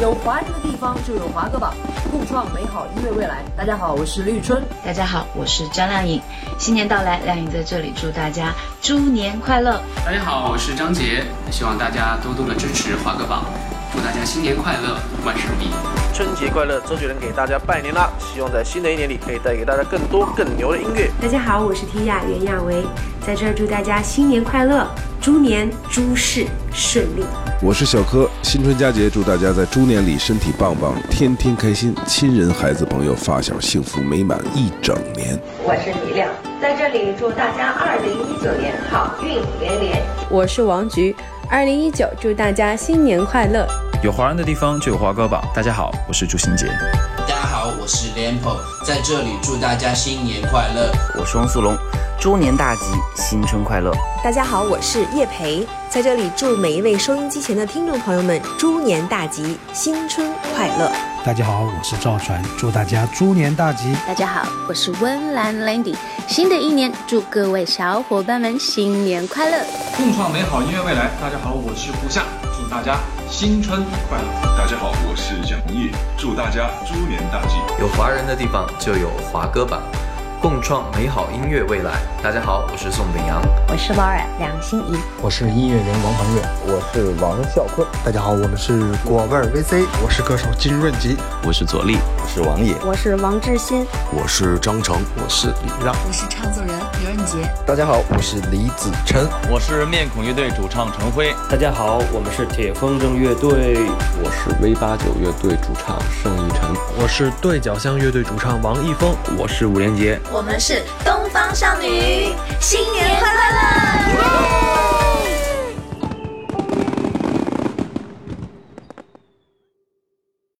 有华人的地方就有华歌榜，共创美好音乐未来。大家好，我是李宇春。大家好，我是张靓颖。新年到来，靓颖在这里祝大家猪年快乐。大家好，我是张杰，希望大家多多的支持华歌榜，祝大家新年快乐，万事如意。春节快乐！周杰伦给大家拜年啦！希望在新的一年里可以带给大家更多更牛的音乐。大家好，我是提亚袁亚维，在这儿祝大家新年快乐，猪年诸事顺利。我是小柯，新春佳节，祝大家在猪年里身体棒棒，天天开心，亲人、孩子、朋友、发小幸福美满一整年。我是李亮，在这里祝大家二零一九年好运连连。我是王菊，二零一九祝大家新年快乐。有华人的地方就有华歌榜。大家好，我是朱新杰。大家好，我是 Lampo，在这里祝大家新年快乐。我是汪苏泷，猪年大吉，新春快乐。大家好，我是叶培，在这里祝每一位收音机前的听众朋友们猪年大吉，新春快乐。大家好，我是赵传，祝大家猪年大吉。大家好，我是温岚 Landy，新的一年祝各位小伙伴们新年快乐，共创美好音乐未来。大家好，我是胡夏，祝大家。新春快乐！大家好，我是蒋弘毅，祝大家猪年大吉。有华人的地方就有华歌榜，共创美好音乐未来。大家好，我是宋炳阳，我是 Laura 梁心怡，我是音乐人王鹏岳，我是王啸坤。大家好，我们是果味 VC，我是歌手金润吉，我是左立，我是王野，我是王志新，我是张成，我是李让，我是唱作人刘润杰。大家好，我是李子琛，我是面孔乐队主唱陈辉。大家好，我们是铁风筝。乐队，我是 V 八九乐队主唱盛一晨，我是对角巷乐队主唱王一峰，我是吴连杰，我们是东方少女，新年快乐！